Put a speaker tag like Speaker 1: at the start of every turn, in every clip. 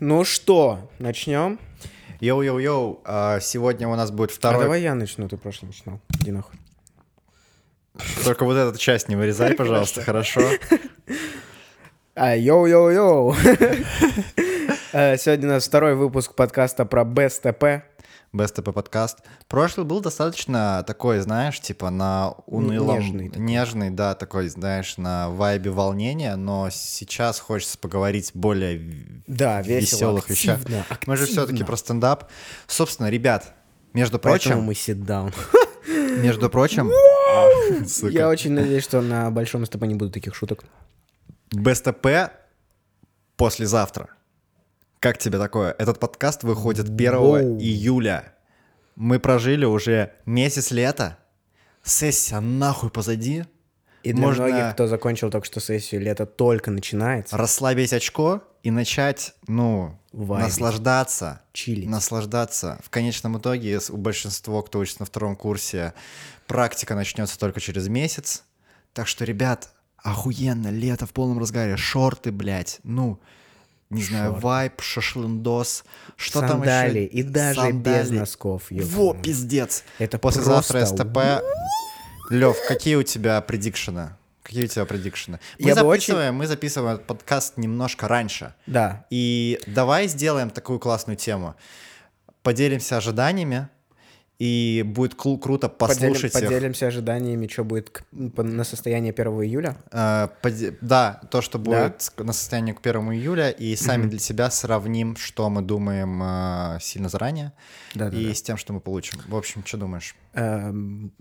Speaker 1: Ну что, начнем?
Speaker 2: Йоу-йоу-йоу, а, сегодня у нас будет
Speaker 1: А
Speaker 2: второй...
Speaker 1: давай я начну, ты прошлый начинал. Иди нахуй.
Speaker 2: Только вот эту часть не вырезай, пожалуйста, хорошо?
Speaker 1: А, йоу-йоу-йоу. Э, Сегодня у нас второй выпуск подкаста про БСТП.
Speaker 2: БСТП подкаст. Прошлый был достаточно такой, знаешь, типа на унылом...
Speaker 1: Нежный такой.
Speaker 2: нежный, да, такой, знаешь, на вайбе волнения, но сейчас хочется поговорить более в-
Speaker 1: Да, весело,
Speaker 2: веселых вещах.
Speaker 1: активно,
Speaker 2: Мы же все-таки
Speaker 1: активно.
Speaker 2: про стендап. Собственно, ребят, между
Speaker 1: Поэтому
Speaker 2: прочим,
Speaker 1: мы сиддаун.
Speaker 2: между прочим, Сука.
Speaker 1: Я очень надеюсь, что на большом СТП не будет таких шуток.
Speaker 2: БСТП послезавтра. Как тебе такое? Этот подкаст выходит 1
Speaker 1: Воу.
Speaker 2: июля. Мы прожили уже месяц лета. Сессия нахуй позади.
Speaker 1: И для
Speaker 2: Можно-
Speaker 1: многих, кто закончил только что сессию, лето только начинается.
Speaker 2: Расслабить очко и начать, ну,
Speaker 1: Вайбить.
Speaker 2: наслаждаться.
Speaker 1: Чили.
Speaker 2: Наслаждаться. В конечном итоге с- у большинства, кто учится на втором курсе, практика начнется только через месяц. Так что, ребят, охуенно, лето в полном разгаре. Шорты, блядь, ну, не знаю,
Speaker 1: Шорты.
Speaker 2: вайп, шашлындос. Что там
Speaker 1: Сандалии
Speaker 2: еще?
Speaker 1: и даже без носков. ёпта.
Speaker 2: Во, пиздец.
Speaker 1: Это
Speaker 2: Послезавтра
Speaker 1: просто
Speaker 2: СТП. Лев, какие у тебя предикшены? Какие у тебя предикшены? Мы,
Speaker 1: Я бы очень-
Speaker 2: записываем, мы записываем этот подкаст немножко раньше.
Speaker 1: Да.
Speaker 2: И давай сделаем такую классную тему. Поделимся ожиданиями, и будет клу- круто
Speaker 1: Поделим-
Speaker 2: послушать их.
Speaker 1: поделимся ожиданиями, что будет к- по- на состояние 1 июля.
Speaker 2: Э, поде- Да, то, что будет ск- на состоянии к 1 июля, и сами для себя сравним, что мы думаем э, сильно заранее,
Speaker 1: Да,
Speaker 2: и с тем, что мы получим. В общем, что думаешь?
Speaker 1: Эм,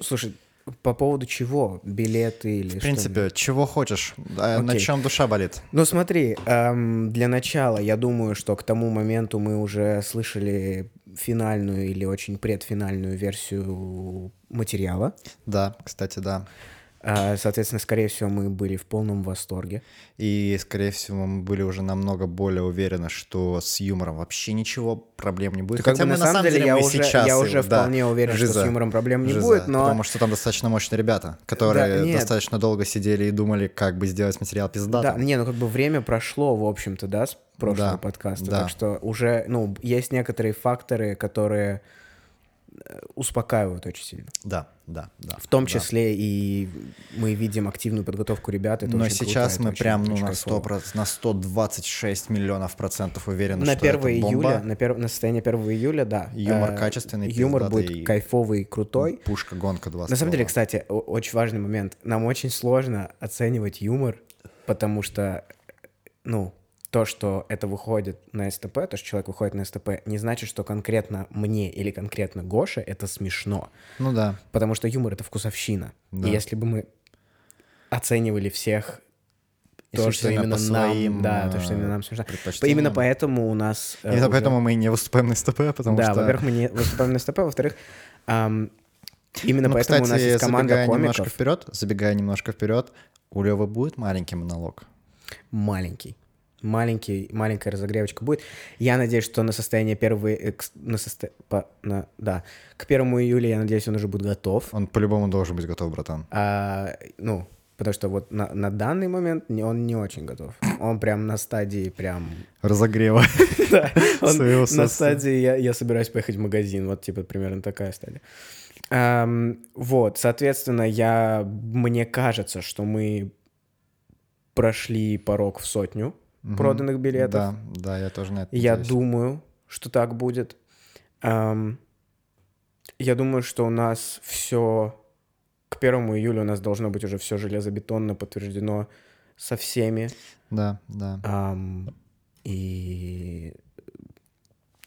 Speaker 1: Слушай, по поводу чего? Билеты или
Speaker 2: В
Speaker 1: что?
Speaker 2: принципе, чего хочешь, э, на
Speaker 1: Окей.
Speaker 2: чем душа болит.
Speaker 1: Ну смотри, эм, для начала я думаю, что к тому моменту мы уже слышали финальную или очень предфинальную версию материала.
Speaker 2: Да, кстати, да.
Speaker 1: А, Соответственно, скорее всего, мы были в полном восторге.
Speaker 2: И, скорее всего, мы были уже намного более уверены, что с юмором вообще ничего проблем не будет.
Speaker 1: Как бы,
Speaker 2: мы,
Speaker 1: я
Speaker 2: мы
Speaker 1: уже,
Speaker 2: сейчас
Speaker 1: я
Speaker 2: и-
Speaker 1: уже
Speaker 2: да,
Speaker 1: вполне уверен, что
Speaker 2: жиза.
Speaker 1: с юмором проблем не
Speaker 2: жиза.
Speaker 1: будет, но...
Speaker 2: Потому что там достаточно мощные ребята, которые
Speaker 1: Да, нет.
Speaker 2: достаточно долго сидели и думали, как бы сделать материал
Speaker 1: Да,
Speaker 2: пиздатым.
Speaker 1: не, ну как бы время прошло, в общем-то, да, с прошлого
Speaker 2: Да,
Speaker 1: подкаста.
Speaker 2: да.
Speaker 1: Так что уже, ну, есть некоторые факторы, которые э, успокаивают очень сильно.
Speaker 2: Да, да, да.
Speaker 1: В том
Speaker 2: да.
Speaker 1: числе и мы видим активную подготовку ребят. Это
Speaker 2: Но
Speaker 1: очень круто,
Speaker 2: сейчас
Speaker 1: это
Speaker 2: мы
Speaker 1: очень-
Speaker 2: прям ну,
Speaker 1: очень
Speaker 2: на, 100,
Speaker 1: кайфово.
Speaker 2: проц- на 126 миллионов процентов уверены,
Speaker 1: На
Speaker 2: что
Speaker 1: 1
Speaker 2: это бомба.
Speaker 1: июля, на, пер... на состояние 1 июля, да.
Speaker 2: Юмор
Speaker 1: э,
Speaker 2: качественный,
Speaker 1: Юмор
Speaker 2: пиздатый
Speaker 1: будет
Speaker 2: и-
Speaker 1: кайфовый, крутой.
Speaker 2: Пушка, гонка, два
Speaker 1: На самом деле,
Speaker 2: ствола.
Speaker 1: кстати, о- очень важный момент. Нам очень сложно оценивать юмор, потому что, ну, то, что это выходит на СТП, то, что человек выходит на СТП, не значит, что конкретно мне или конкретно Гоше это смешно.
Speaker 2: Ну да.
Speaker 1: Потому что юмор — это вкусовщина.
Speaker 2: Да.
Speaker 1: И если бы мы оценивали всех то, что
Speaker 2: Исключительно
Speaker 1: именно
Speaker 2: по
Speaker 1: нам,
Speaker 2: своим,
Speaker 1: да, то, что именно
Speaker 2: э,
Speaker 1: нам смешно.
Speaker 2: предпочтениям.
Speaker 1: Именно поэтому у нас... э,
Speaker 2: Именно
Speaker 1: уже-
Speaker 2: поэтому мы и не выступаем на СТП, потому
Speaker 1: да,
Speaker 2: что...
Speaker 1: во-первых, мы не выступаем на СТП, во-вторых, ам, именно
Speaker 2: Ну,
Speaker 1: поэтому у нас
Speaker 2: кстати,
Speaker 1: есть команда
Speaker 2: забегая
Speaker 1: комиков
Speaker 2: немножко вперед, забегая немножко вперед, у Лёвы будет маленький монолог.
Speaker 1: маленький. Маленький, маленькая разогревочка будет. Я надеюсь, что на состояние первой... э, к с- На состо- по- на- да. К первому июля, я надеюсь, он уже будет готов.
Speaker 2: Он по-любому должен быть готов, братан.
Speaker 1: А, ну, потому что вот на, на данный момент не- он не очень готов. Он прям на стадии прям...
Speaker 2: Разогрева.
Speaker 1: Да, он
Speaker 2: Своего
Speaker 1: на
Speaker 2: собствен-
Speaker 1: стадии я, я собираюсь поехать в магазин. Вот, типа, примерно такая стадия. Ам, вот, соответственно, я... Мне кажется, что мы прошли порог в сотню
Speaker 2: Мгм.
Speaker 1: проданных билетов.
Speaker 2: Да, да, я тоже на это
Speaker 1: Я
Speaker 2: надеюсь.
Speaker 1: думаю, что так будет. Ам, я думаю, что у нас все к первому июля у нас должно быть уже все железобетонно подтверждено со всеми.
Speaker 2: Да, да.
Speaker 1: Ам, и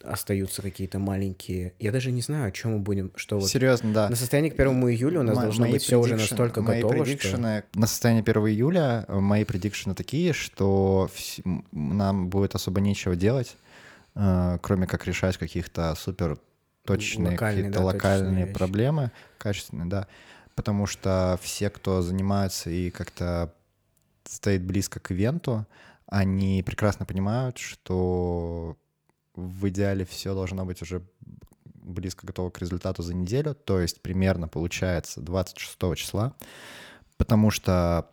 Speaker 1: остаются какие-то маленькие. Я даже не знаю, о чем мы будем, что вот.
Speaker 2: Серьезно, да.
Speaker 1: На состоянии к первому июля у нас
Speaker 2: Мо-
Speaker 1: должно
Speaker 2: мои
Speaker 1: быть все уже
Speaker 2: prediction-
Speaker 1: настолько
Speaker 2: мои
Speaker 1: готово, что.
Speaker 2: predictionы На состоянии 1 июля э, мои предикшены такие, что вс- м, нам будет особо нечего делать, э, кроме как решать каких-то супер точные
Speaker 1: Локальные,
Speaker 2: какие-то
Speaker 1: да, точечные
Speaker 2: локальные
Speaker 1: вещи.
Speaker 2: проблемы, качественные, да. Потому что все, кто занимаются и как-то стоит близко к ивенту, они прекрасно понимают, что в идеале все должно быть уже близко готово к результату за неделю, то есть примерно получается 26 числа, потому что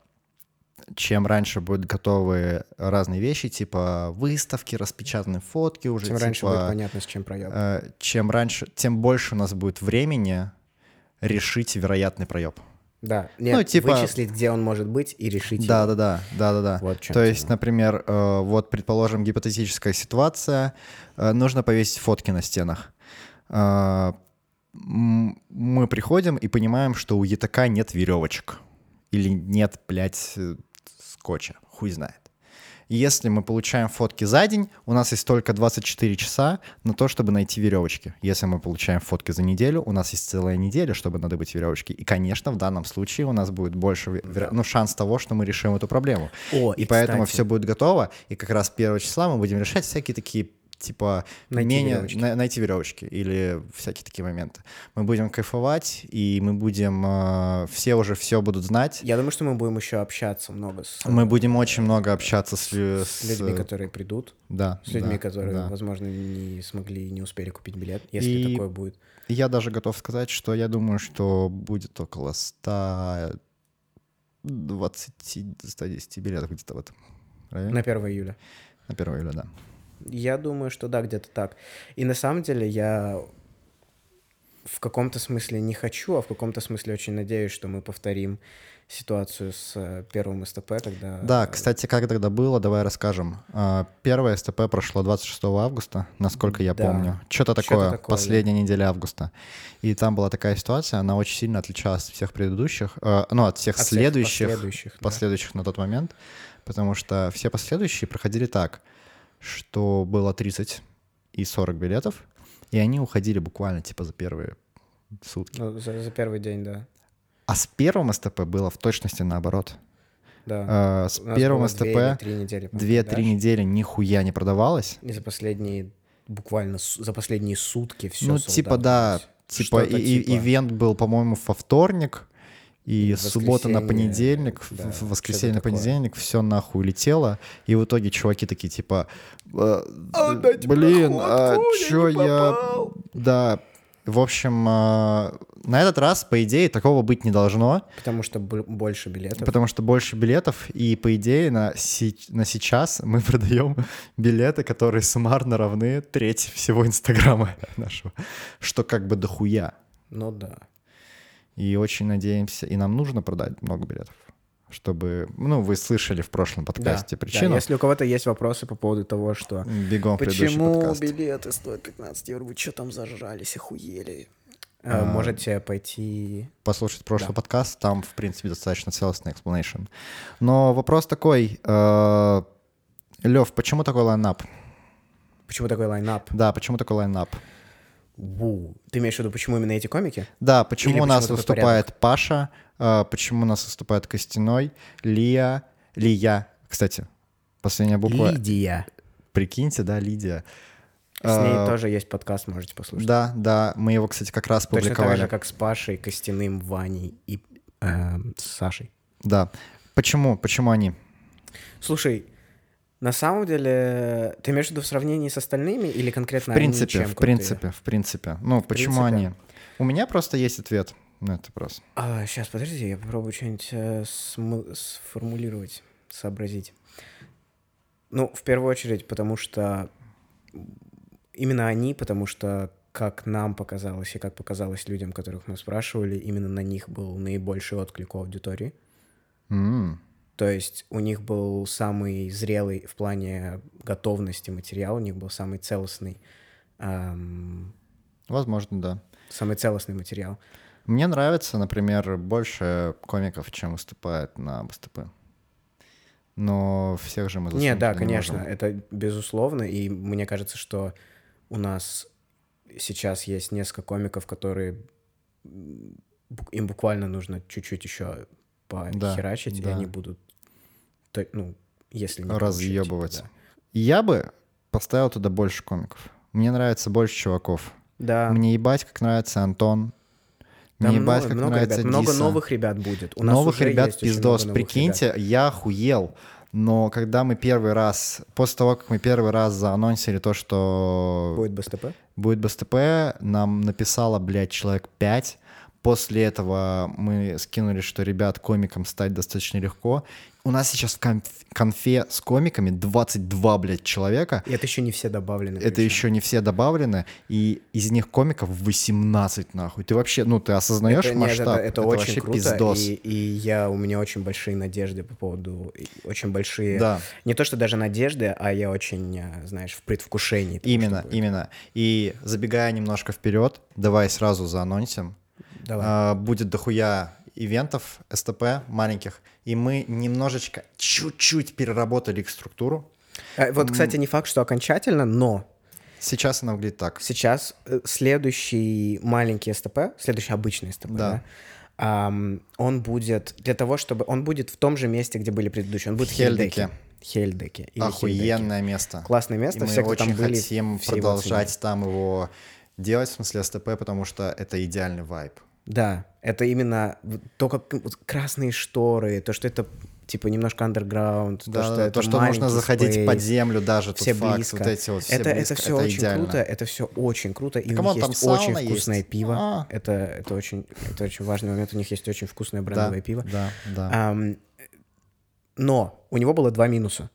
Speaker 2: чем раньше будут готовы разные вещи, типа выставки, распечатанные фотки уже,
Speaker 1: Чем
Speaker 2: типа,
Speaker 1: раньше будет понятно, с чем проеб.
Speaker 2: э, чем раньше, тем больше у нас будет времени решить вероятный проеб.
Speaker 1: Да. Нет,
Speaker 2: типа-
Speaker 1: вычислить, где он может быть, и решить
Speaker 2: Да,
Speaker 1: его.
Speaker 2: да, да, да, да, да.
Speaker 1: Вот в чём
Speaker 2: То есть,
Speaker 1: тема.
Speaker 2: например, э, вот, предположим, гипотетическая ситуация, э, нужно повесить фотки на стенах. Э, м, Мы приходим и понимаем, что у ятака нет веревочек или нет, блядь, э, скотча, хуй знает. Если мы получаем фотки за день, у нас есть только 24 часа на то, чтобы найти веревочки. Если мы получаем фотки за неделю, у нас есть целая неделя, чтобы надобыть веревочки. И, конечно, в данном случае у нас будет больше ве- веро- ну, шанс того, что мы решим эту проблему.
Speaker 1: О,
Speaker 2: И поэтому
Speaker 1: кстати,
Speaker 2: все будет готово, и как раз 1 числа мы будем решать всякие такие типа
Speaker 1: Найти
Speaker 2: менее-
Speaker 1: веревочки.
Speaker 2: на- найти веревочки или всякие такие моменты. Мы будем кайфовать, и мы будем э, все уже все будут знать.
Speaker 1: Я думаю, что мы будем еще общаться много с,
Speaker 2: Мы будем очень много общаться с, лю-
Speaker 1: с людьми, которые придут,
Speaker 2: да,
Speaker 1: с людьми,
Speaker 2: да,
Speaker 1: которые,
Speaker 2: да.
Speaker 1: возможно, не смогли и не успели купить билет, если
Speaker 2: И-
Speaker 1: такое будет.
Speaker 2: Я даже готов сказать, что я думаю, что будет около 100 20 110 билетов где-то в этом районе.
Speaker 1: На 1 июля.
Speaker 2: На 1 июля, да.
Speaker 1: Я думаю, что да, где-то так. И на самом деле я в каком-то смысле не хочу, а в каком-то смысле очень надеюсь, что мы повторим ситуацию с э, первым СТП, когда...
Speaker 2: Да, кстати, как тогда было, давай расскажем. А, Первое СТП прошло 26 августа, насколько я
Speaker 1: Да.
Speaker 2: помню.
Speaker 1: Чё-то
Speaker 2: Что-то такое,
Speaker 1: такое,
Speaker 2: последняя неделя августа. И там была такая ситуация, она очень сильно отличалась от всех предыдущих, э, ну, от всех
Speaker 1: От а всех
Speaker 2: следующих,
Speaker 1: последующих, да.
Speaker 2: последующих на тот момент, потому что все последующие проходили так, что было 30 и 40 билетов, и они уходили буквально типа за первые сутки.
Speaker 1: Ну, за, за первый день, да.
Speaker 2: А с первым СТП было в точности наоборот.
Speaker 1: да.
Speaker 2: Э, С
Speaker 1: А, У нас
Speaker 2: первым
Speaker 1: было
Speaker 2: СТП...
Speaker 1: две или три недели. по-моему,
Speaker 2: Две-три
Speaker 1: да?
Speaker 2: недели нихуя не продавалось.
Speaker 1: И за последние, буквально, с- за последние сутки все
Speaker 2: ну, типа, да, типа, и, и- ивент был, по-моему, во вторник, и
Speaker 1: И в
Speaker 2: суббота на
Speaker 1: воскресенье,
Speaker 2: понедельник, в-
Speaker 1: да,
Speaker 2: в
Speaker 1: что-то
Speaker 2: воскресенье на
Speaker 1: такое.
Speaker 2: понедельник все нахуй летело, и в итоге чуваки такие, типа, «Э,
Speaker 1: Отдайте
Speaker 2: блин, а
Speaker 1: проходку, я
Speaker 2: чё
Speaker 1: не
Speaker 2: я...
Speaker 1: попал».
Speaker 2: Да, в общем, а, на этот раз, по идее, такого быть не должно,
Speaker 1: Потому что б- больше билетов.
Speaker 2: Потому что больше билетов, и по идее на, се- на сейчас мы продаем билеты, которые суммарно равны трети всего Инстаграма нашего, что как бы дохуя.
Speaker 1: Ну да.
Speaker 2: И очень надеемся, и нам нужно продать много билетов, чтобы, ну, вы слышали в прошлом подкасте
Speaker 1: Да,
Speaker 2: причину.
Speaker 1: да, если у кого-то есть вопросы по поводу того, что...
Speaker 2: Бегом в предыдущий
Speaker 1: Почему
Speaker 2: подкаст.
Speaker 1: билеты стоят 15 евро? Вы что там зажрались, охуели? Э,
Speaker 2: Эм.
Speaker 1: Можете пойти...
Speaker 2: Послушать прошлый
Speaker 1: Да.
Speaker 2: подкаст, там, в принципе, достаточно целостный explanation. Но вопрос такой, Лев, почему такой лайнап?
Speaker 1: Почему такой лайнап?
Speaker 2: Да, почему такой лайнап?
Speaker 1: Бу. Ты имеешь в виду, почему именно эти комики?
Speaker 2: Да, почему
Speaker 1: Или
Speaker 2: у нас
Speaker 1: почему такой
Speaker 2: выступает Паша, э, почему у нас выступает Костяной, Лия, Лия, кстати, последняя буква.
Speaker 1: Лидия.
Speaker 2: Прикиньте, да, Лидия.
Speaker 1: С ней
Speaker 2: Э,
Speaker 1: тоже есть подкаст, можете послушать.
Speaker 2: Да, да, мы его, кстати, как раз
Speaker 1: Точно так
Speaker 2: публиковали.
Speaker 1: же, как с Пашей, Костяным, Ваней и э, с Сашей.
Speaker 2: Да. Почему? Почему они?
Speaker 1: Слушай, на самом деле, ты имеешь в виду в сравнении с остальными или
Speaker 2: В
Speaker 1: конкретно они
Speaker 2: принципе,
Speaker 1: чем
Speaker 2: в
Speaker 1: крутые?
Speaker 2: принципе, в принципе. Ну, почему
Speaker 1: принципе.
Speaker 2: они? У меня просто есть ответ на этот вопрос.
Speaker 1: сейчас, А, подожди, я попробую что-нибудь э, смы- сформулировать, сообразить. Ну, в первую очередь, потому что именно они, потому что как нам показалось и как показалось людям, которых мы спрашивали, именно на них был наибольший отклик у аудитории.
Speaker 2: М,
Speaker 1: То есть у них был самый зрелый в плане готовности материал, у них был самый целостный, эм,
Speaker 2: Возможно, да.
Speaker 1: самый целостный материал.
Speaker 2: Мне нравится, например, больше комиков, чем выступает на БСТП. Но всех же мы засунуть
Speaker 1: Не, да,
Speaker 2: туда
Speaker 1: конечно,
Speaker 2: можем.
Speaker 1: это безусловно, и мне кажется, что у нас сейчас есть несколько комиков, которые м, бу- им буквально нужно чуть-чуть еще похерачить, и
Speaker 2: да.
Speaker 1: они будут, то- ну, если не
Speaker 2: Разъебывать.
Speaker 1: получить,
Speaker 2: Я бы поставил туда больше комиков. Мне нравится больше чуваков.
Speaker 1: Да. да.
Speaker 2: Мне ебать, как нравится Антон.
Speaker 1: Там
Speaker 2: Мне ебать,
Speaker 1: много,
Speaker 2: как
Speaker 1: много
Speaker 2: нравится
Speaker 1: ребят, много
Speaker 2: Диса.
Speaker 1: новых ребят будет. У нас
Speaker 2: новых
Speaker 1: уже
Speaker 2: ребят
Speaker 1: есть очень
Speaker 2: пиздос.
Speaker 1: много новых
Speaker 2: Прикиньте,
Speaker 1: ребят.
Speaker 2: я охуел. Но когда мы первый раз, после того, как мы первый раз заанонсили то, что
Speaker 1: Будет БСТП?
Speaker 2: будет БСТП, нам написало, блядь, человек 5 После этого мы скинули, что, ребят, комиком стать достаточно легко. У нас сейчас в конф- конфе с комиками 22, блядь, человека.
Speaker 1: И это еще не все добавлены.
Speaker 2: Это
Speaker 1: причём.
Speaker 2: еще не все добавлены, и из них комиков 18, нахуй. Ты вообще, ну, ты осознаешь
Speaker 1: Это- нет,
Speaker 2: масштаб?
Speaker 1: это, это очень
Speaker 2: вообще
Speaker 1: круто,
Speaker 2: пиздос.
Speaker 1: и, и я, у меня очень большие надежды по поводу, и очень большие,
Speaker 2: Да.
Speaker 1: не то что даже надежды, а я очень, а, знаешь, в предвкушении. того,
Speaker 2: Именно,
Speaker 1: что будет.
Speaker 2: именно. И забегая немножко вперед, давай сразу заанонсим.
Speaker 1: Давай.
Speaker 2: А, будет дохуя ивентов СТП маленьких, и мы немножечко, чуть-чуть переработали их структуру.
Speaker 1: А, вот, кстати, не факт, что окончательно, но
Speaker 2: Сейчас она выглядит так.
Speaker 1: сейчас э, следующий маленький СТП, следующий обычный СТП,
Speaker 2: Да.
Speaker 1: да, ам, он будет для того, чтобы он будет в том же месте, где были предыдущие. Он будет в
Speaker 2: Хельдеке.
Speaker 1: Хельдеке. Хельдеке. или Хельдеке.
Speaker 2: Охуенное место.
Speaker 1: Классное
Speaker 2: И
Speaker 1: место.
Speaker 2: мы
Speaker 1: Все, кто
Speaker 2: очень
Speaker 1: там были,
Speaker 2: хотим
Speaker 1: все его оценили.
Speaker 2: продолжать там его делать, в смысле СТП, потому что это идеальный вайб.
Speaker 1: Да, это именно вот то, как ну, вот красные шторы, то, что это типа немножко андерграунд,
Speaker 2: Да,
Speaker 1: то, что
Speaker 2: да,
Speaker 1: это
Speaker 2: то, что нужно
Speaker 1: маленький
Speaker 2: заходить под
Speaker 1: space,
Speaker 2: землю даже, тут
Speaker 1: все
Speaker 2: факт,
Speaker 1: близко.
Speaker 2: вот эти вот все
Speaker 1: это,
Speaker 2: близко,
Speaker 1: это все
Speaker 2: это
Speaker 1: очень
Speaker 2: идеально.
Speaker 1: круто, это все очень круто, и
Speaker 2: Да
Speaker 1: у
Speaker 2: камон,
Speaker 1: них
Speaker 2: там
Speaker 1: есть
Speaker 2: сауна
Speaker 1: очень
Speaker 2: есть.
Speaker 1: вкусное пиво.
Speaker 2: А.
Speaker 1: Это, это, очень, это очень важный момент, у них есть очень вкусное брендовое
Speaker 2: Да,
Speaker 1: пиво. А.
Speaker 2: да, да.
Speaker 1: Ам, но у него было два минуса.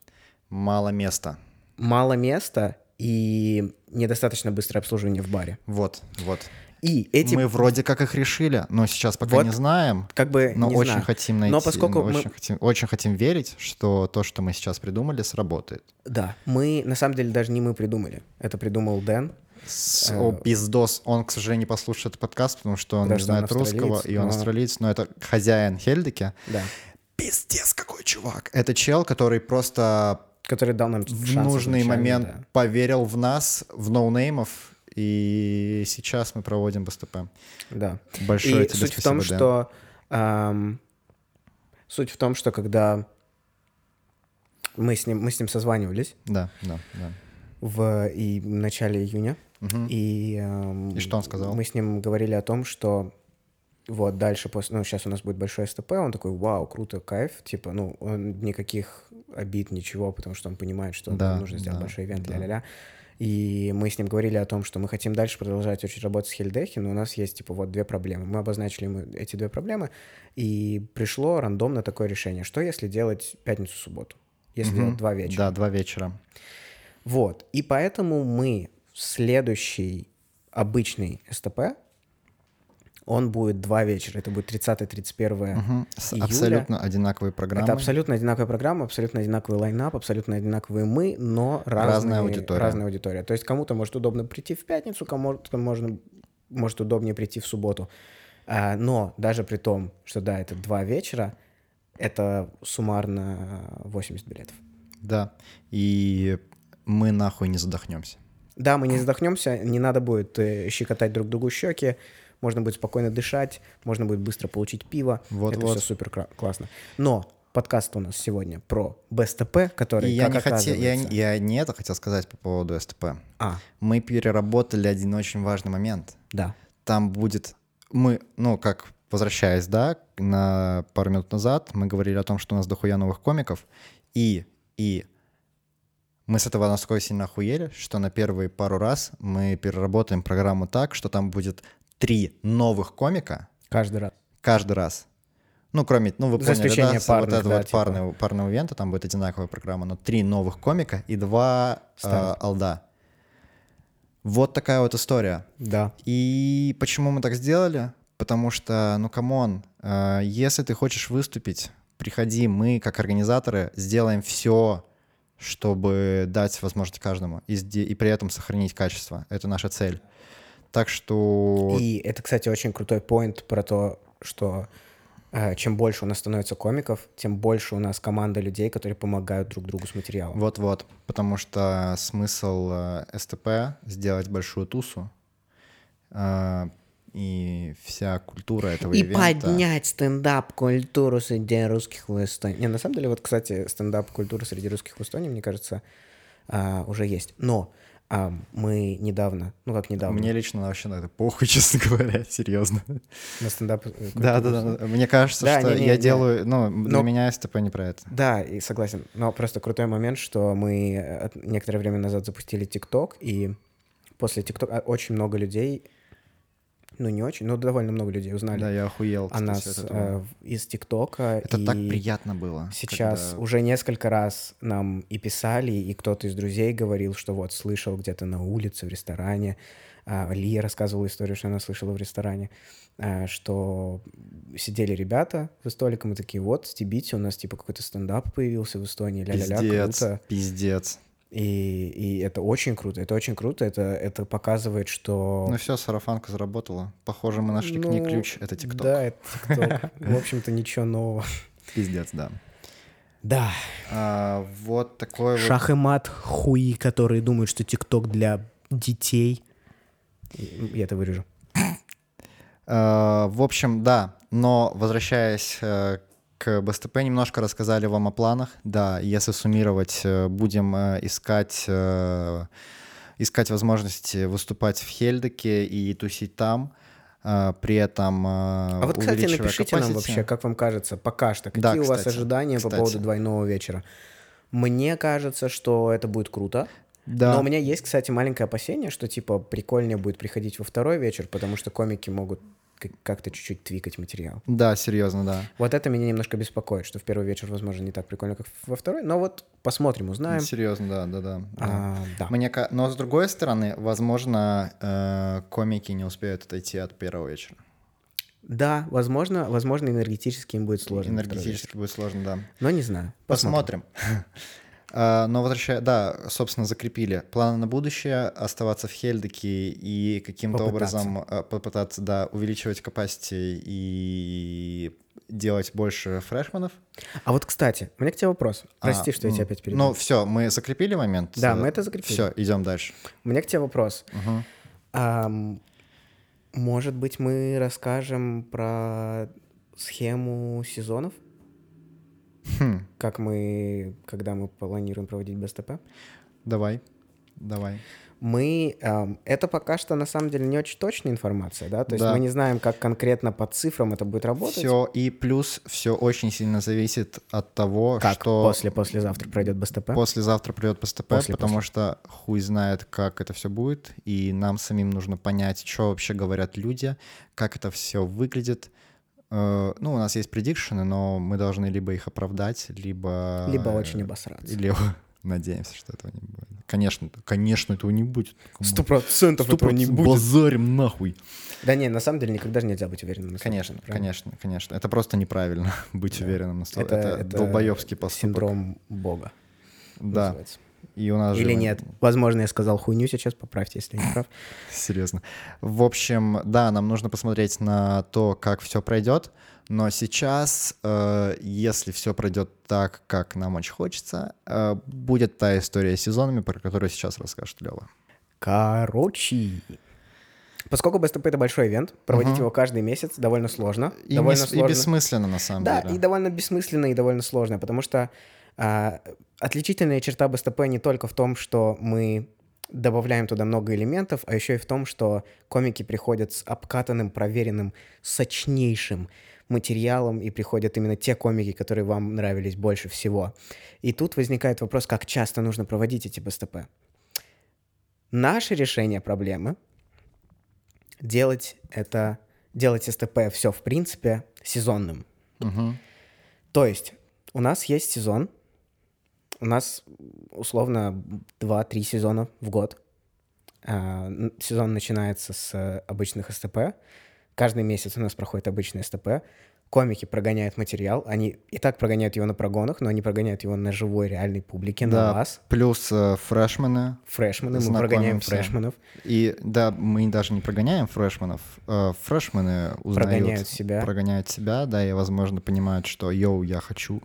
Speaker 2: Мало места.
Speaker 1: Мало места и недостаточно быстрое обслуживание в баре.
Speaker 2: Вот, вот.
Speaker 1: И эти
Speaker 2: Мы вроде как их решили, но сейчас пока
Speaker 1: Вот.
Speaker 2: не знаем.
Speaker 1: как бы
Speaker 2: Но
Speaker 1: не
Speaker 2: очень
Speaker 1: знаю.
Speaker 2: хотим найти.
Speaker 1: Но поскольку
Speaker 2: но
Speaker 1: мы-
Speaker 2: очень, хотим, очень хотим верить, что то, что мы сейчас придумали, сработает.
Speaker 1: Да, мы на самом деле даже не мы придумали. Это придумал Дэн.
Speaker 2: С-
Speaker 1: Э,
Speaker 2: О, пиздос. Он, к сожалению, не послушает этот подкаст, потому что он
Speaker 1: Потому
Speaker 2: не
Speaker 1: что
Speaker 2: знает
Speaker 1: он
Speaker 2: русского,
Speaker 1: австралиец,
Speaker 2: и он
Speaker 1: но-
Speaker 2: австралиец, но это хозяин Хельдики.
Speaker 1: Да.
Speaker 2: Пиздец, какой чувак. Это чел, который просто
Speaker 1: Который дал нам
Speaker 2: в
Speaker 1: шанс
Speaker 2: нужный
Speaker 1: изначально,
Speaker 2: момент
Speaker 1: да.
Speaker 2: поверил в нас, в ноунеймов, и сейчас мы проводим БСТП.
Speaker 1: Да.
Speaker 2: Большое
Speaker 1: и
Speaker 2: тебе
Speaker 1: суть в
Speaker 2: спасибо,
Speaker 1: том,
Speaker 2: Дэн.
Speaker 1: что ам, суть в том, что когда мы с ним мы с ним созванивались
Speaker 2: Да, да, да.
Speaker 1: в и в начале июня
Speaker 2: Мгм.
Speaker 1: и ам,
Speaker 2: И что он сказал?
Speaker 1: Мы с ним говорили о том, что вот дальше после, ну сейчас у нас будет большой СТП, он такой, вау, круто, кайф, типа, ну он никаких обид ничего, потому что он понимает, что
Speaker 2: Да,
Speaker 1: нам нужно сделать
Speaker 2: да,
Speaker 1: большой ивент,
Speaker 2: да.
Speaker 1: ля-ля-ля. И мы с ним говорили о том, что мы хотим дальше продолжать очень работать с Хельдехи, но у нас есть, типа, вот две проблемы. Мы обозначили ему эти две проблемы, и пришло рандомно такое решение, что если делать пятницу-субботу, если
Speaker 2: Мгм.
Speaker 1: делать два вечера.
Speaker 2: Да, два вечера.
Speaker 1: Вот. И поэтому мы в следующий обычный СТП, он будет два вечера. Это будет 30-31.
Speaker 2: Мгм. С
Speaker 1: июля.
Speaker 2: абсолютно одинаковые программы.
Speaker 1: Это абсолютно одинаковая программа, абсолютно одинаковый лайнап, абсолютно одинаковые мы, но
Speaker 2: Разная
Speaker 1: разные-
Speaker 2: аудитория.
Speaker 1: разная аудитория. То есть кому-то может удобно прийти в пятницу, кому-то можно, может удобнее прийти в субботу. А, но даже при том, что да, это два вечера, это суммарно 80 билетов.
Speaker 2: Да. И мы нахуй не задохнемся.
Speaker 1: Да, мы не задохнемся, не надо будет э, щекотать друг другу щеки, можно будет спокойно дышать, можно будет быстро получить пиво.
Speaker 2: Вот,
Speaker 1: это
Speaker 2: вот.
Speaker 1: все супер кра- классно. Но подкаст у нас сегодня про БСТП, который,
Speaker 2: И я
Speaker 1: как
Speaker 2: не хотел, я, не-
Speaker 1: оказывается-
Speaker 2: я не это хотел сказать по поводу СТП.
Speaker 1: А,
Speaker 2: Мы переработали один очень важный момент.
Speaker 1: да.
Speaker 2: Там будет, мы, ну как возвращаясь, да, на пару минут назад мы говорили о том, что у нас дохуя новых комиков, и и мы с этого настолько сильно охуели, что на первые пару раз мы переработаем программу так, что там будет три новых комика,
Speaker 1: Каждый раз.
Speaker 2: каждый раз. Ну, кроме, ну, вы
Speaker 1: За
Speaker 2: поняли,
Speaker 1: исключением
Speaker 2: да, с-
Speaker 1: парных,
Speaker 2: вот этого
Speaker 1: да,
Speaker 2: вот
Speaker 1: типа.
Speaker 2: парного, парного ивента, там будет одинаковая программа, но три новых комика и два э,
Speaker 1: Старых.
Speaker 2: алда. Вот такая вот история.
Speaker 1: Да.
Speaker 2: И почему мы так сделали? Потому что, ну, камон, э, если ты хочешь выступить, приходи, мы, как организаторы, сделаем все, чтобы дать возможность каждому и, сде- и при этом сохранить качество. Это наша цель. Так что...
Speaker 1: И это, кстати, очень крутой поинт про то, что э, чем больше у нас становится комиков, тем больше у нас команда людей, которые помогают друг другу с материалом.
Speaker 2: Вот-вот, потому что смысл э, СТП — сделать большую тусу, э, и вся культура этого
Speaker 1: И
Speaker 2: ивента...
Speaker 1: поднять стендап-культуру среди русских в Эстонии. Не, на самом деле, вот, кстати, стендап-культура среди русских в Эстонии, мне кажется, а, уже есть. Но а, мы недавно, ну как недавно,
Speaker 2: Мне лично вообще на это похуй, честно говоря, серьезно.
Speaker 1: на стендап... э,
Speaker 2: Да, да, да. Мне кажется,
Speaker 1: Да,
Speaker 2: что
Speaker 1: не-не-не.
Speaker 2: я делаю. Ну, для
Speaker 1: Но-
Speaker 2: меня СТП не про это.
Speaker 1: Да, и согласен. Но просто крутой момент, что мы э, от- некоторое а, время назад запустили ТикТок, и после ТикТока очень много людей ну не очень, но довольно много людей узнали
Speaker 2: Да, я охуел.
Speaker 1: о
Speaker 2: кстати,
Speaker 1: нас
Speaker 2: от этого.
Speaker 1: э, в- из ТикТока.
Speaker 2: Это
Speaker 1: и
Speaker 2: так приятно было.
Speaker 1: Сейчас
Speaker 2: когда-
Speaker 1: уже несколько раз нам и писали, и кто-то из друзей говорил, что вот слышал где-то на улице, в ресторане. А, Лия рассказывала историю, что она слышала в ресторане, а, что сидели ребята за столиком и такие, вот, стебите, у нас типа какой-то стендап появился в Эстонии, ля-ля-ля,
Speaker 2: Пиздец,
Speaker 1: круто.
Speaker 2: пиздец.
Speaker 1: И, и это очень круто, это очень круто, это, это показывает, что...
Speaker 2: Ну все, сарафанка заработала. Похоже, мы нашли к ней
Speaker 1: Ну,
Speaker 2: ключ. Это ТикТок.
Speaker 1: Да, это ТикТок. В общем-то, ничего нового.
Speaker 2: Пиздец, да.
Speaker 1: Да,
Speaker 2: А, вот такой вот-
Speaker 1: шах и мат хуи, которые думают, что ТикТок для детей. Я это вырежу.
Speaker 2: Э, В общем, да, но возвращаясь э, к БСТП, немножко рассказали вам о планах. Да, если суммировать, э, будем э, искать, э, искать возможности выступать в Хельдеке и тусить там, э, при этом
Speaker 1: А вот, кстати, напишите нам вообще, как вам кажется, пока что, какие
Speaker 2: Да,
Speaker 1: у вас
Speaker 2: кстати,
Speaker 1: ожидания по
Speaker 2: кстати.
Speaker 1: поводу двойного вечера? Мне кажется, что это будет круто.
Speaker 2: Да,
Speaker 1: Но у меня есть, кстати, маленькое опасение, что, типа, прикольнее будет приходить во второй вечер, потому что комики могут к- как-то чуть-чуть твикать материал.
Speaker 2: да, серьезно, да.
Speaker 1: Вот это меня немножко беспокоит, что в первый вечер, возможно, не так прикольно, как во второй. Но вот посмотрим, узнаем.
Speaker 2: Серьезно, да, да, да. да.
Speaker 1: А, да.
Speaker 2: Мне, ка- но с другой стороны, возможно, э, комики не успеют отойти от первого вечера.
Speaker 1: Да, возможно, возможно, энергетически им будет сложно. на второй
Speaker 2: Энергетически будет сложно, да.
Speaker 1: вечер. Но не знаю. Посмотрим.
Speaker 2: Посмотрим. А, Но возвращая, да, собственно, закрепили планы на будущее, оставаться в Хельдике и каким-то
Speaker 1: Попытаться.
Speaker 2: образом э, попытаться, да, увеличивать capacity и делать больше фрешманов.
Speaker 1: А вот, кстати, у меня к тебе вопрос. Прости,
Speaker 2: А,
Speaker 1: что я
Speaker 2: м,
Speaker 1: тебя опять перебил.
Speaker 2: Ну, все, мы закрепили момент.
Speaker 1: Да, мы это закрепили.
Speaker 2: Все, идем дальше.
Speaker 1: У меня к тебе вопрос.
Speaker 2: Мгм.
Speaker 1: Ам, может быть, мы расскажем про схему сезонов?
Speaker 2: Хм,
Speaker 1: Как мы, когда мы планируем проводить БСТП?
Speaker 2: давай, давай.
Speaker 1: Мы... ам, это пока что, на самом деле, не очень точная информация, да? То есть
Speaker 2: Да.
Speaker 1: мы не знаем, как конкретно по цифрам это будет работать.
Speaker 2: Все, и плюс все очень сильно зависит от того,
Speaker 1: Как
Speaker 2: что...
Speaker 1: после-послезавтра пройдет БСТП?
Speaker 2: Послезавтра придет ПСТП,
Speaker 1: После,
Speaker 2: потому что хуй знает, как это все будет, и нам самим нужно понять, что вообще говорят люди, как это все выглядит. Э, Ну, у нас есть предикшены, но мы должны либо их оправдать, либо...
Speaker 1: Либо очень обосраться.
Speaker 2: Или надеемся, что этого не будет. Конечно, конечно, этого не будет.
Speaker 1: Сто процентов этого не будет.
Speaker 2: Базарим нахуй.
Speaker 1: Да не, на самом деле никогда же нельзя быть уверенным. на самом
Speaker 2: Конечно,
Speaker 1: деле, правильно?
Speaker 2: конечно, конечно. Это просто неправильно быть уверенным на сто-
Speaker 1: Это-
Speaker 2: Это,
Speaker 1: это
Speaker 2: долбоебский поступок.
Speaker 1: Синдром Бога
Speaker 2: Да.
Speaker 1: называется.
Speaker 2: И у нас же
Speaker 1: Или
Speaker 2: он-
Speaker 1: нет. Возможно, я сказал хуйню сейчас, поправьте, если не прав.
Speaker 2: Серьезно. В общем, да, нам нужно посмотреть на то, как все пройдет. Но сейчас, э, если все пройдет так, как нам очень хочется, э, будет та история с сезонами, про которую сейчас расскажет Лева.
Speaker 1: Короче. Поскольку БСТП — это большой ивент, проводить
Speaker 2: Мгм.
Speaker 1: его каждый месяц довольно сложно.
Speaker 2: И,
Speaker 1: довольно
Speaker 2: бес- и
Speaker 1: сложно.
Speaker 2: бессмысленно, на самом
Speaker 1: Да,
Speaker 2: деле.
Speaker 1: и довольно бессмысленно, и довольно сложно, потому что а, отличительная черта БСТП не только в том, что мы добавляем туда много элементов, а еще и в том, что комики приходят с обкатанным, проверенным, сочнейшим материалом, и приходят именно те комики, которые вам нравились больше всего. И тут возникает вопрос, как часто нужно проводить эти БСТП. Наше решение проблемы — делать это, делать СТП все, в принципе, сезонным.
Speaker 2: Мгм.
Speaker 1: То есть у нас есть сезон, у нас условно 2-3 сезона в год. А, н- Сезон начинается с э, обычных СТП. Каждый месяц у нас проходит обычное СТП. Комики прогоняют материал. Они и так прогоняют его на прогонах, но они прогоняют его на живой реальной публике,
Speaker 2: Да.
Speaker 1: на вас.
Speaker 2: Плюс э, фрешмены.
Speaker 1: Фрешмены, мы прогоняем
Speaker 2: Знакомимся.
Speaker 1: фрешменов,
Speaker 2: И да, мы даже не прогоняем фрешменов. э, фрешмены узнают.
Speaker 1: прогоняют себя.
Speaker 2: Прогоняют себя, да, и, возможно, понимают, что «Йоу, я хочу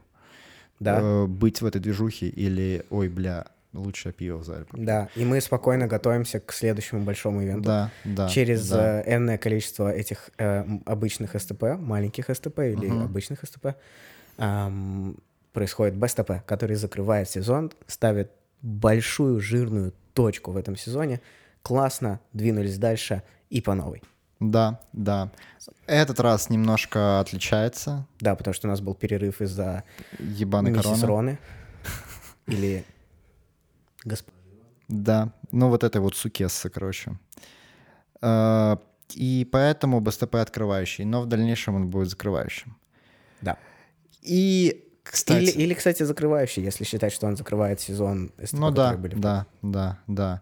Speaker 1: Да.
Speaker 2: э, быть в этой движухе» или «Ой, бля, лучшее пиво в зале».
Speaker 1: Да, и мы спокойно готовимся к следующему большому ивенту.
Speaker 2: Да, да.
Speaker 1: через
Speaker 2: да.
Speaker 1: э, энное количество этих э, м, обычных СТП, маленьких СТП или
Speaker 2: Мгм.
Speaker 1: обычных СТП, ам, происходит БСТП, который закрывает сезон, ставит большую жирную точку в этом сезоне. Классно, двинулись дальше и по новой.
Speaker 2: Да, да. Этот раз немножко отличается.
Speaker 1: Да, потому что у нас был перерыв из-за
Speaker 2: Ебаный
Speaker 1: миссис
Speaker 2: корона.
Speaker 1: Роны. Или госп-
Speaker 2: Да. Ну, вот этой вот сукессы, короче. Э, И поэтому БСТП открывающий, но в дальнейшем он будет закрывающим.
Speaker 1: Да.
Speaker 2: И, кстати...
Speaker 1: Или, или, кстати, закрывающий, если считать, что он закрывает сезон СТП,
Speaker 2: ну да,
Speaker 1: которые были. в-
Speaker 2: да, да, да.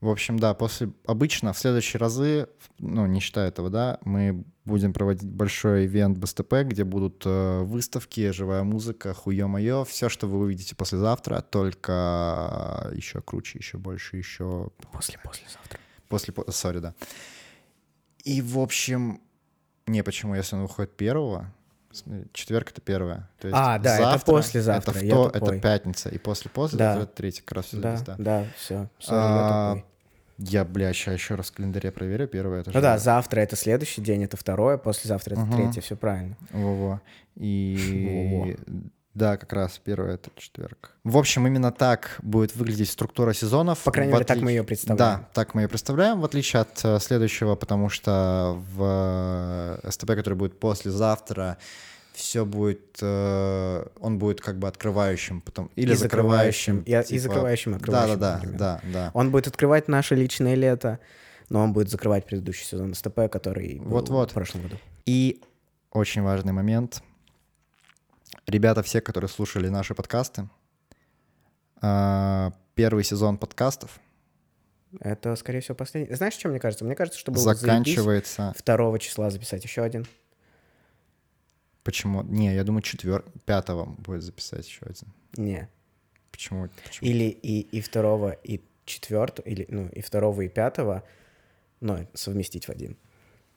Speaker 2: В общем, да, после обычно в следующие разы, ну, не считая этого, да, мы будем проводить большой ивент БСТП, где будут э, выставки, живая музыка, хуе мое, все, что вы увидите послезавтра, только еще круче, еще больше, еще
Speaker 1: После-послезавтра.
Speaker 2: После, по- сори, да. И, в общем, не почему, если он выходит первого, Смотри, четверг это первое. То есть
Speaker 1: А, да, это послезавтра,
Speaker 2: Это, в
Speaker 1: я
Speaker 2: то-
Speaker 1: тупой.
Speaker 2: это пятница, и после-после
Speaker 1: Да.
Speaker 2: это третий, как раз всё
Speaker 1: Да,
Speaker 2: здесь,
Speaker 1: да,
Speaker 2: да.
Speaker 1: все.
Speaker 2: А, Я, бля, сейчас еще раз в календаре проверю, первое это
Speaker 1: Ну да,
Speaker 2: же-
Speaker 1: завтра это следующий день, это второе, послезавтра это
Speaker 2: Мгм.
Speaker 1: третье, все правильно.
Speaker 2: Во-во.
Speaker 1: Во-во.
Speaker 2: И да, как раз первое это четверг. В общем, именно так будет выглядеть структура сезонов.
Speaker 1: По крайней
Speaker 2: В
Speaker 1: мере, так
Speaker 2: отли-
Speaker 1: мы ее представляем.
Speaker 2: Да, так мы ее представляем, в отличие от э, следующего, потому что в э, СТП, который будет послезавтра, все будет, э, он будет как бы открывающим, потом или
Speaker 1: И
Speaker 2: закрывающим. типа,
Speaker 1: закрывающим, и- и закрывающим, и
Speaker 2: Да,
Speaker 1: открывающим
Speaker 2: да, да,
Speaker 1: одновременно.
Speaker 2: да, да.
Speaker 1: Он будет открывать наше личное лето, но он будет закрывать предыдущий сезон СТП, который был
Speaker 2: Вот-вот.
Speaker 1: в прошлом году.
Speaker 2: И очень важный момент. Ребята, все, которые слушали наши подкасты, а, первый сезон подкастов
Speaker 1: Это, скорее всего, последний. Знаешь, что мне кажется? Мне кажется, что было бы заебись
Speaker 2: заканчивается...
Speaker 1: 2 числа записать еще один.
Speaker 2: Почему? Не, я думаю, четвер... пятого будет записать еще один.
Speaker 1: Не.
Speaker 2: Почему? Почему?
Speaker 1: Или и, и 2, и 4, или, ну, и 2, и 5, но совместить в один.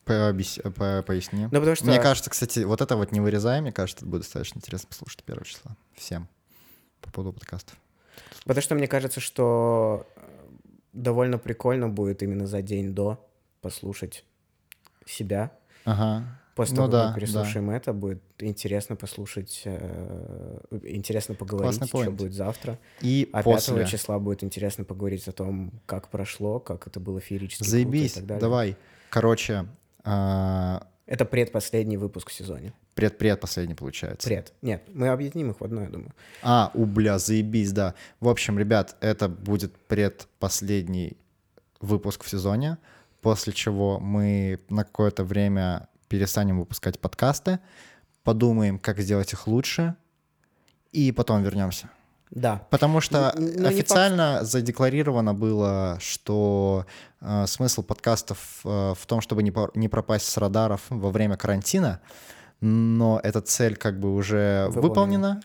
Speaker 2: Пообъяс- по- Поясни.
Speaker 1: Ну, потому что...
Speaker 2: Мне кажется, кстати, вот это вот не вырезай, мне кажется, будет достаточно интересно послушать первого числа. Всем. По поводу подкастов.
Speaker 1: Потому что мне кажется, что э, довольно прикольно будет именно за день до послушать себя.
Speaker 2: Ага.
Speaker 1: После
Speaker 2: Ну
Speaker 1: того,
Speaker 2: да,
Speaker 1: как мы
Speaker 2: да.
Speaker 1: переслушаем это, будет интересно послушать, э, интересно поговорить,
Speaker 2: Классный
Speaker 1: что
Speaker 2: point.
Speaker 1: будет завтра.
Speaker 2: И
Speaker 1: А 5
Speaker 2: после.
Speaker 1: числа будет интересно поговорить о том, как прошло, как это было феерически. круто и
Speaker 2: Заебись,
Speaker 1: так далее.
Speaker 2: давай. Короче, а,
Speaker 1: Это предпоследний выпуск в сезоне.
Speaker 2: пред-пред последний получается.
Speaker 1: Пред. Нет, мы объединим их в одно, я думаю.
Speaker 2: А, у, бля, заебись, да. В общем, ребят, это будет предпоследний выпуск в сезоне, после чего мы на какое-то время перестанем выпускать подкасты, подумаем, как сделать их лучше, и потом вернемся.
Speaker 1: Да.
Speaker 2: Потому что
Speaker 1: Ну, ну, не
Speaker 2: официально задекларировано было, что э, смысл подкастов э, в том, чтобы не, по- не пропасть с радаров во время карантина, но эта цель как бы уже
Speaker 1: Выполнена.
Speaker 2: выполнена.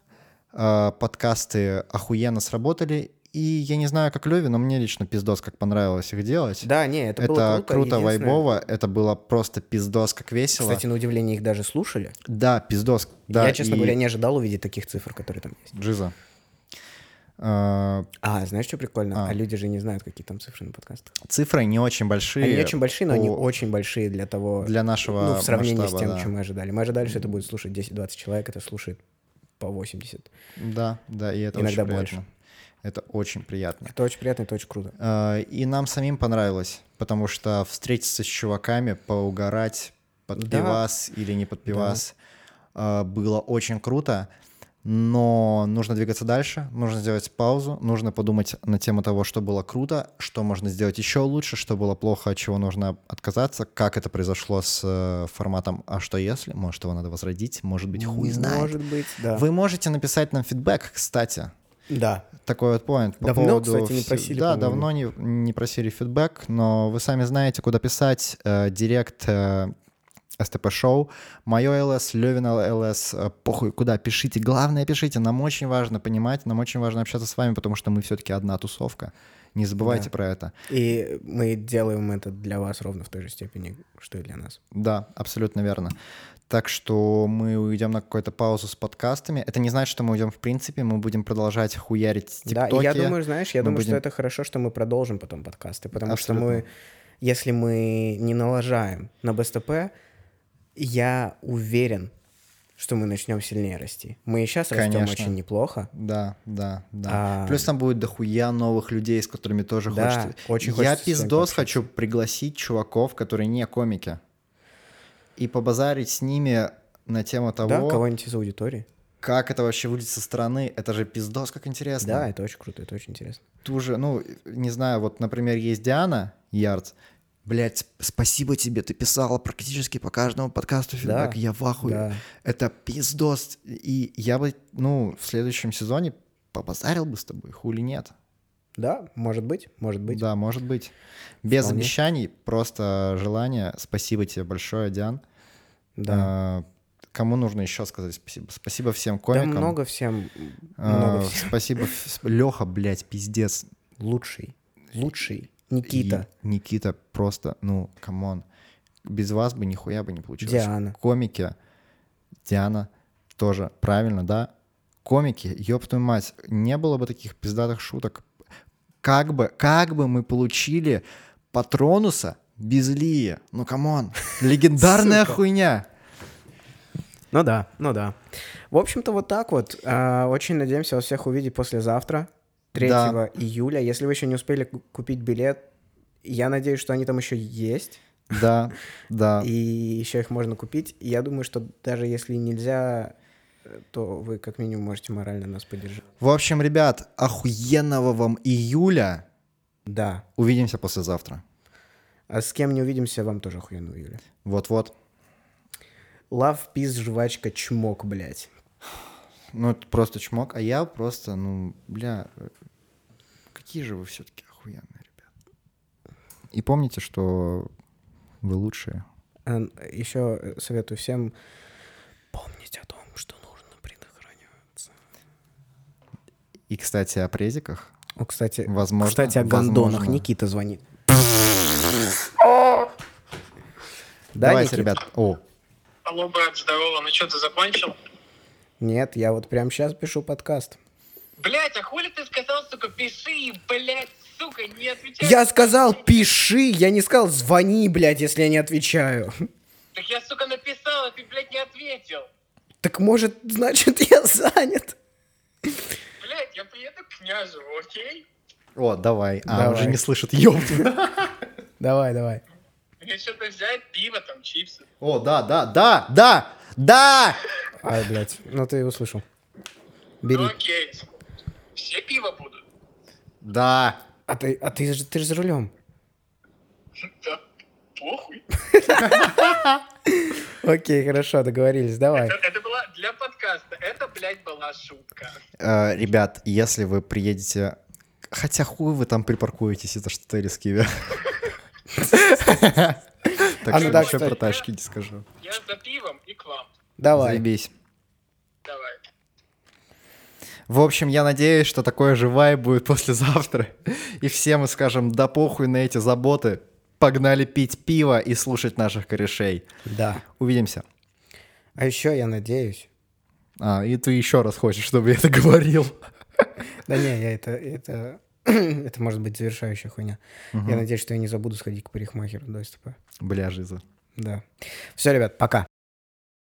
Speaker 2: Э, подкасты охуенно сработали, и я не знаю, как Леви, но мне лично пиздос, как понравилось их делать.
Speaker 1: Да, не, это,
Speaker 2: это
Speaker 1: было
Speaker 2: круто,
Speaker 1: круто. единственное-
Speaker 2: вайбово, это было просто пиздос, как весело.
Speaker 1: Кстати, на удивление их даже слушали.
Speaker 2: да, пиздос. Да,
Speaker 1: я, честно
Speaker 2: и-
Speaker 1: говоря, не ожидал увидеть таких цифр, которые там есть.
Speaker 2: Джиза. Э,
Speaker 1: А, знаешь, что прикольно? А,
Speaker 2: А.
Speaker 1: люди же не знают, какие там цифры на подкастах.
Speaker 2: цифры не очень большие.
Speaker 1: Они не очень большие, но они
Speaker 2: по-
Speaker 1: очень большие для того,
Speaker 2: для нашего
Speaker 1: ну, в сравнении
Speaker 2: масштаба,
Speaker 1: с тем,
Speaker 2: да.
Speaker 1: чем мы ожидали. Мы ожидали, что это будет слушать 10-20 человек, это слушает по 80.
Speaker 2: Да, да, и это
Speaker 1: Иногда
Speaker 2: очень
Speaker 1: больше.
Speaker 2: приятно. Это очень приятно.
Speaker 1: Это очень приятно, это очень круто.
Speaker 2: Э, И нам самим понравилось, потому что встретиться с чуваками, поугарать, под
Speaker 1: Да.
Speaker 2: пивас или не под пивас, э, было очень круто. Но нужно двигаться дальше, нужно сделать паузу, нужно подумать на тему того, что было круто, что можно сделать еще лучше, что было плохо, от чего нужно отказаться, как это произошло с э, форматом «А что если?», может, его надо возродить, может быть, хуй знает.
Speaker 1: Может быть, да.
Speaker 2: Вы можете написать нам фидбэк, кстати.
Speaker 1: Да.
Speaker 2: Такой вот поинт. по
Speaker 1: Давно,
Speaker 2: поводу
Speaker 1: кстати, не
Speaker 2: всё-
Speaker 1: просили,
Speaker 2: Да,
Speaker 1: по-моему.
Speaker 2: давно не, не просили фидбэк, но вы сами знаете, куда писать. Э, Директ э, СТП-шоу, мое ЛС, Левин ЛС, э, похуй куда, пишите. Главное, пишите. Нам очень важно понимать, нам очень важно общаться с вами, потому что мы все-таки одна тусовка. Не забывайте
Speaker 1: Да.
Speaker 2: про это.
Speaker 1: И мы делаем это для вас ровно в той же степени, что и для нас.
Speaker 2: Да, абсолютно верно. Так что мы уйдем на какую-то паузу с подкастами. Это не значит, что мы уйдем в принципе, мы будем продолжать хуярить
Speaker 1: Да, и
Speaker 2: тиктоки.
Speaker 1: я думаю, знаешь, я
Speaker 2: мы
Speaker 1: думаю, что
Speaker 2: будем-
Speaker 1: это хорошо, что мы продолжим потом подкасты, потому что мы,
Speaker 2: Абсолютно.
Speaker 1: если мы не налажаем на БСТП, я уверен, что мы начнем сильнее расти. Мы и сейчас растем
Speaker 2: Конечно.
Speaker 1: очень неплохо.
Speaker 2: Да, да, да.
Speaker 1: А,
Speaker 2: Плюс там будет дохуя новых людей, с которыми тоже
Speaker 1: Да,
Speaker 2: хочется.
Speaker 1: очень
Speaker 2: Я
Speaker 1: хочется с ними
Speaker 2: пиздос
Speaker 1: пообщаться.
Speaker 2: хочу пригласить чуваков, которые не комики, и побазарить с ними на тему того,
Speaker 1: Да, кого-нибудь из аудитории.
Speaker 2: как это вообще выглядит со стороны. Это же пиздос, как интересно.
Speaker 1: Да, это очень круто, это очень интересно.
Speaker 2: Ту же, ну, не знаю, вот, например, есть Диана Ярц. блядь, спасибо тебе, ты писала практически по каждому подкасту фидбэк, я в ахуе.
Speaker 1: Да.
Speaker 2: Это пиздос. И я бы, ну, в следующем сезоне побазарил бы с тобой, хули нет.
Speaker 1: Да, может быть, может быть.
Speaker 2: Да, может быть. Без
Speaker 1: Вполне.
Speaker 2: обещаний, просто желание. Спасибо тебе большое, Диан.
Speaker 1: Да.
Speaker 2: А, Кому нужно еще сказать спасибо? Спасибо всем
Speaker 1: Да
Speaker 2: комикам.
Speaker 1: много всем,
Speaker 2: А,
Speaker 1: много всем.
Speaker 2: Спасибо. Леха, блядь, пиздец.
Speaker 1: Лучший, лучший. Никита,
Speaker 2: И Никита просто, ну, камон. Без вас бы нихуя бы не получилось.
Speaker 1: Диана.
Speaker 2: Комики. Диана тоже. Правильно, да? Комики, ёб твою мать, не было бы таких пиздатых шуток. Как бы, как бы мы получили Патронуса без Лии? Ну, камон. Легендарная
Speaker 1: Сука.
Speaker 2: хуйня.
Speaker 1: Ну да, ну да. В общем-то, вот так вот. А, Очень надеемся вас всех увидеть послезавтра, 3
Speaker 2: Да.
Speaker 1: июля. Если вы еще не успели ку- купить билет, я надеюсь, что они там еще есть,
Speaker 2: Да, да.
Speaker 1: и еще их можно купить. И я думаю, что даже если нельзя, э, то вы как минимум можете морально нас поддержать.
Speaker 2: В общем, ребят, охуенного вам июля.
Speaker 1: Да.
Speaker 2: Увидимся послезавтра.
Speaker 1: А с кем не увидимся, вам тоже охуенно июля.
Speaker 2: Вот-вот.
Speaker 1: Love, пиз, жвачка, чмок, блядь.
Speaker 2: Ну, это просто чмок, а я просто, ну, бля, э, какие же вы все-таки охуенные, ребят. И помните, что вы лучшие.
Speaker 1: Еще А, э, советую всем помнить о том, что нужно предохраняться.
Speaker 2: И, кстати, о презиках.
Speaker 1: О, кстати,
Speaker 2: Возможно.
Speaker 1: Кстати, о гондонах.
Speaker 2: возможно.
Speaker 1: Никита звонит. Да,
Speaker 2: Давайте,
Speaker 1: Никит?
Speaker 2: ребят. О,
Speaker 3: Алло, брат, здорово. Ну что, ты закончил?
Speaker 1: Нет, я вот прямо сейчас пишу подкаст.
Speaker 3: Блять, а хули ты сказал, сука, пиши, блять, сука, не отвечай.
Speaker 1: Я сказал, пиши, я не сказал, звони, блядь, если я не отвечаю.
Speaker 3: Так я, сука, написал, а ты, блядь, не ответил.
Speaker 1: Так может, значит, я занят.
Speaker 3: Блять, я приеду к княжеву, окей?
Speaker 2: о, давай. А, он
Speaker 1: Давай.
Speaker 2: же не слышит. Ёпта.
Speaker 1: Давай, давай.
Speaker 3: Мне что-то взять, пиво там, чипсы.
Speaker 2: О, да, да, да, да, да!
Speaker 1: Ай, блядь, ну ты услышал.
Speaker 3: Ну
Speaker 1: Бери.
Speaker 3: окей. Все пиво будут.
Speaker 2: Да.
Speaker 1: А ты, а ты, же- ты же за рулем.
Speaker 3: Да, похуй.
Speaker 1: Окей, хорошо, договорились, давай.
Speaker 3: Это, это была для подкаста. Это, блядь, была шутка.
Speaker 2: Э, Ребят, если вы приедете... Хотя хуй вы там припаркуетесь, это что то риски.
Speaker 1: А
Speaker 2: Так
Speaker 1: ну
Speaker 2: что
Speaker 1: да,
Speaker 2: еще
Speaker 1: кстати.
Speaker 2: про тачки не скажу.
Speaker 3: Я за пивом и к вам.
Speaker 1: Давай.
Speaker 2: Заебись.
Speaker 3: Давай.
Speaker 2: В общем, я надеюсь, что такое же вайб будет послезавтра. И все мы скажем, да похуй на эти заботы. Погнали пить пиво и слушать наших корешей.
Speaker 1: Да.
Speaker 2: Увидимся.
Speaker 1: А еще я надеюсь.
Speaker 2: А, и ты еще раз хочешь, чтобы я это говорил.
Speaker 1: Да не, я это, это, это может быть завершающая хуйня. Я надеюсь, что я не забуду сходить к парикмахеру до СТП.
Speaker 2: Бля, Жиза.
Speaker 1: Да. Все, ребят, пока.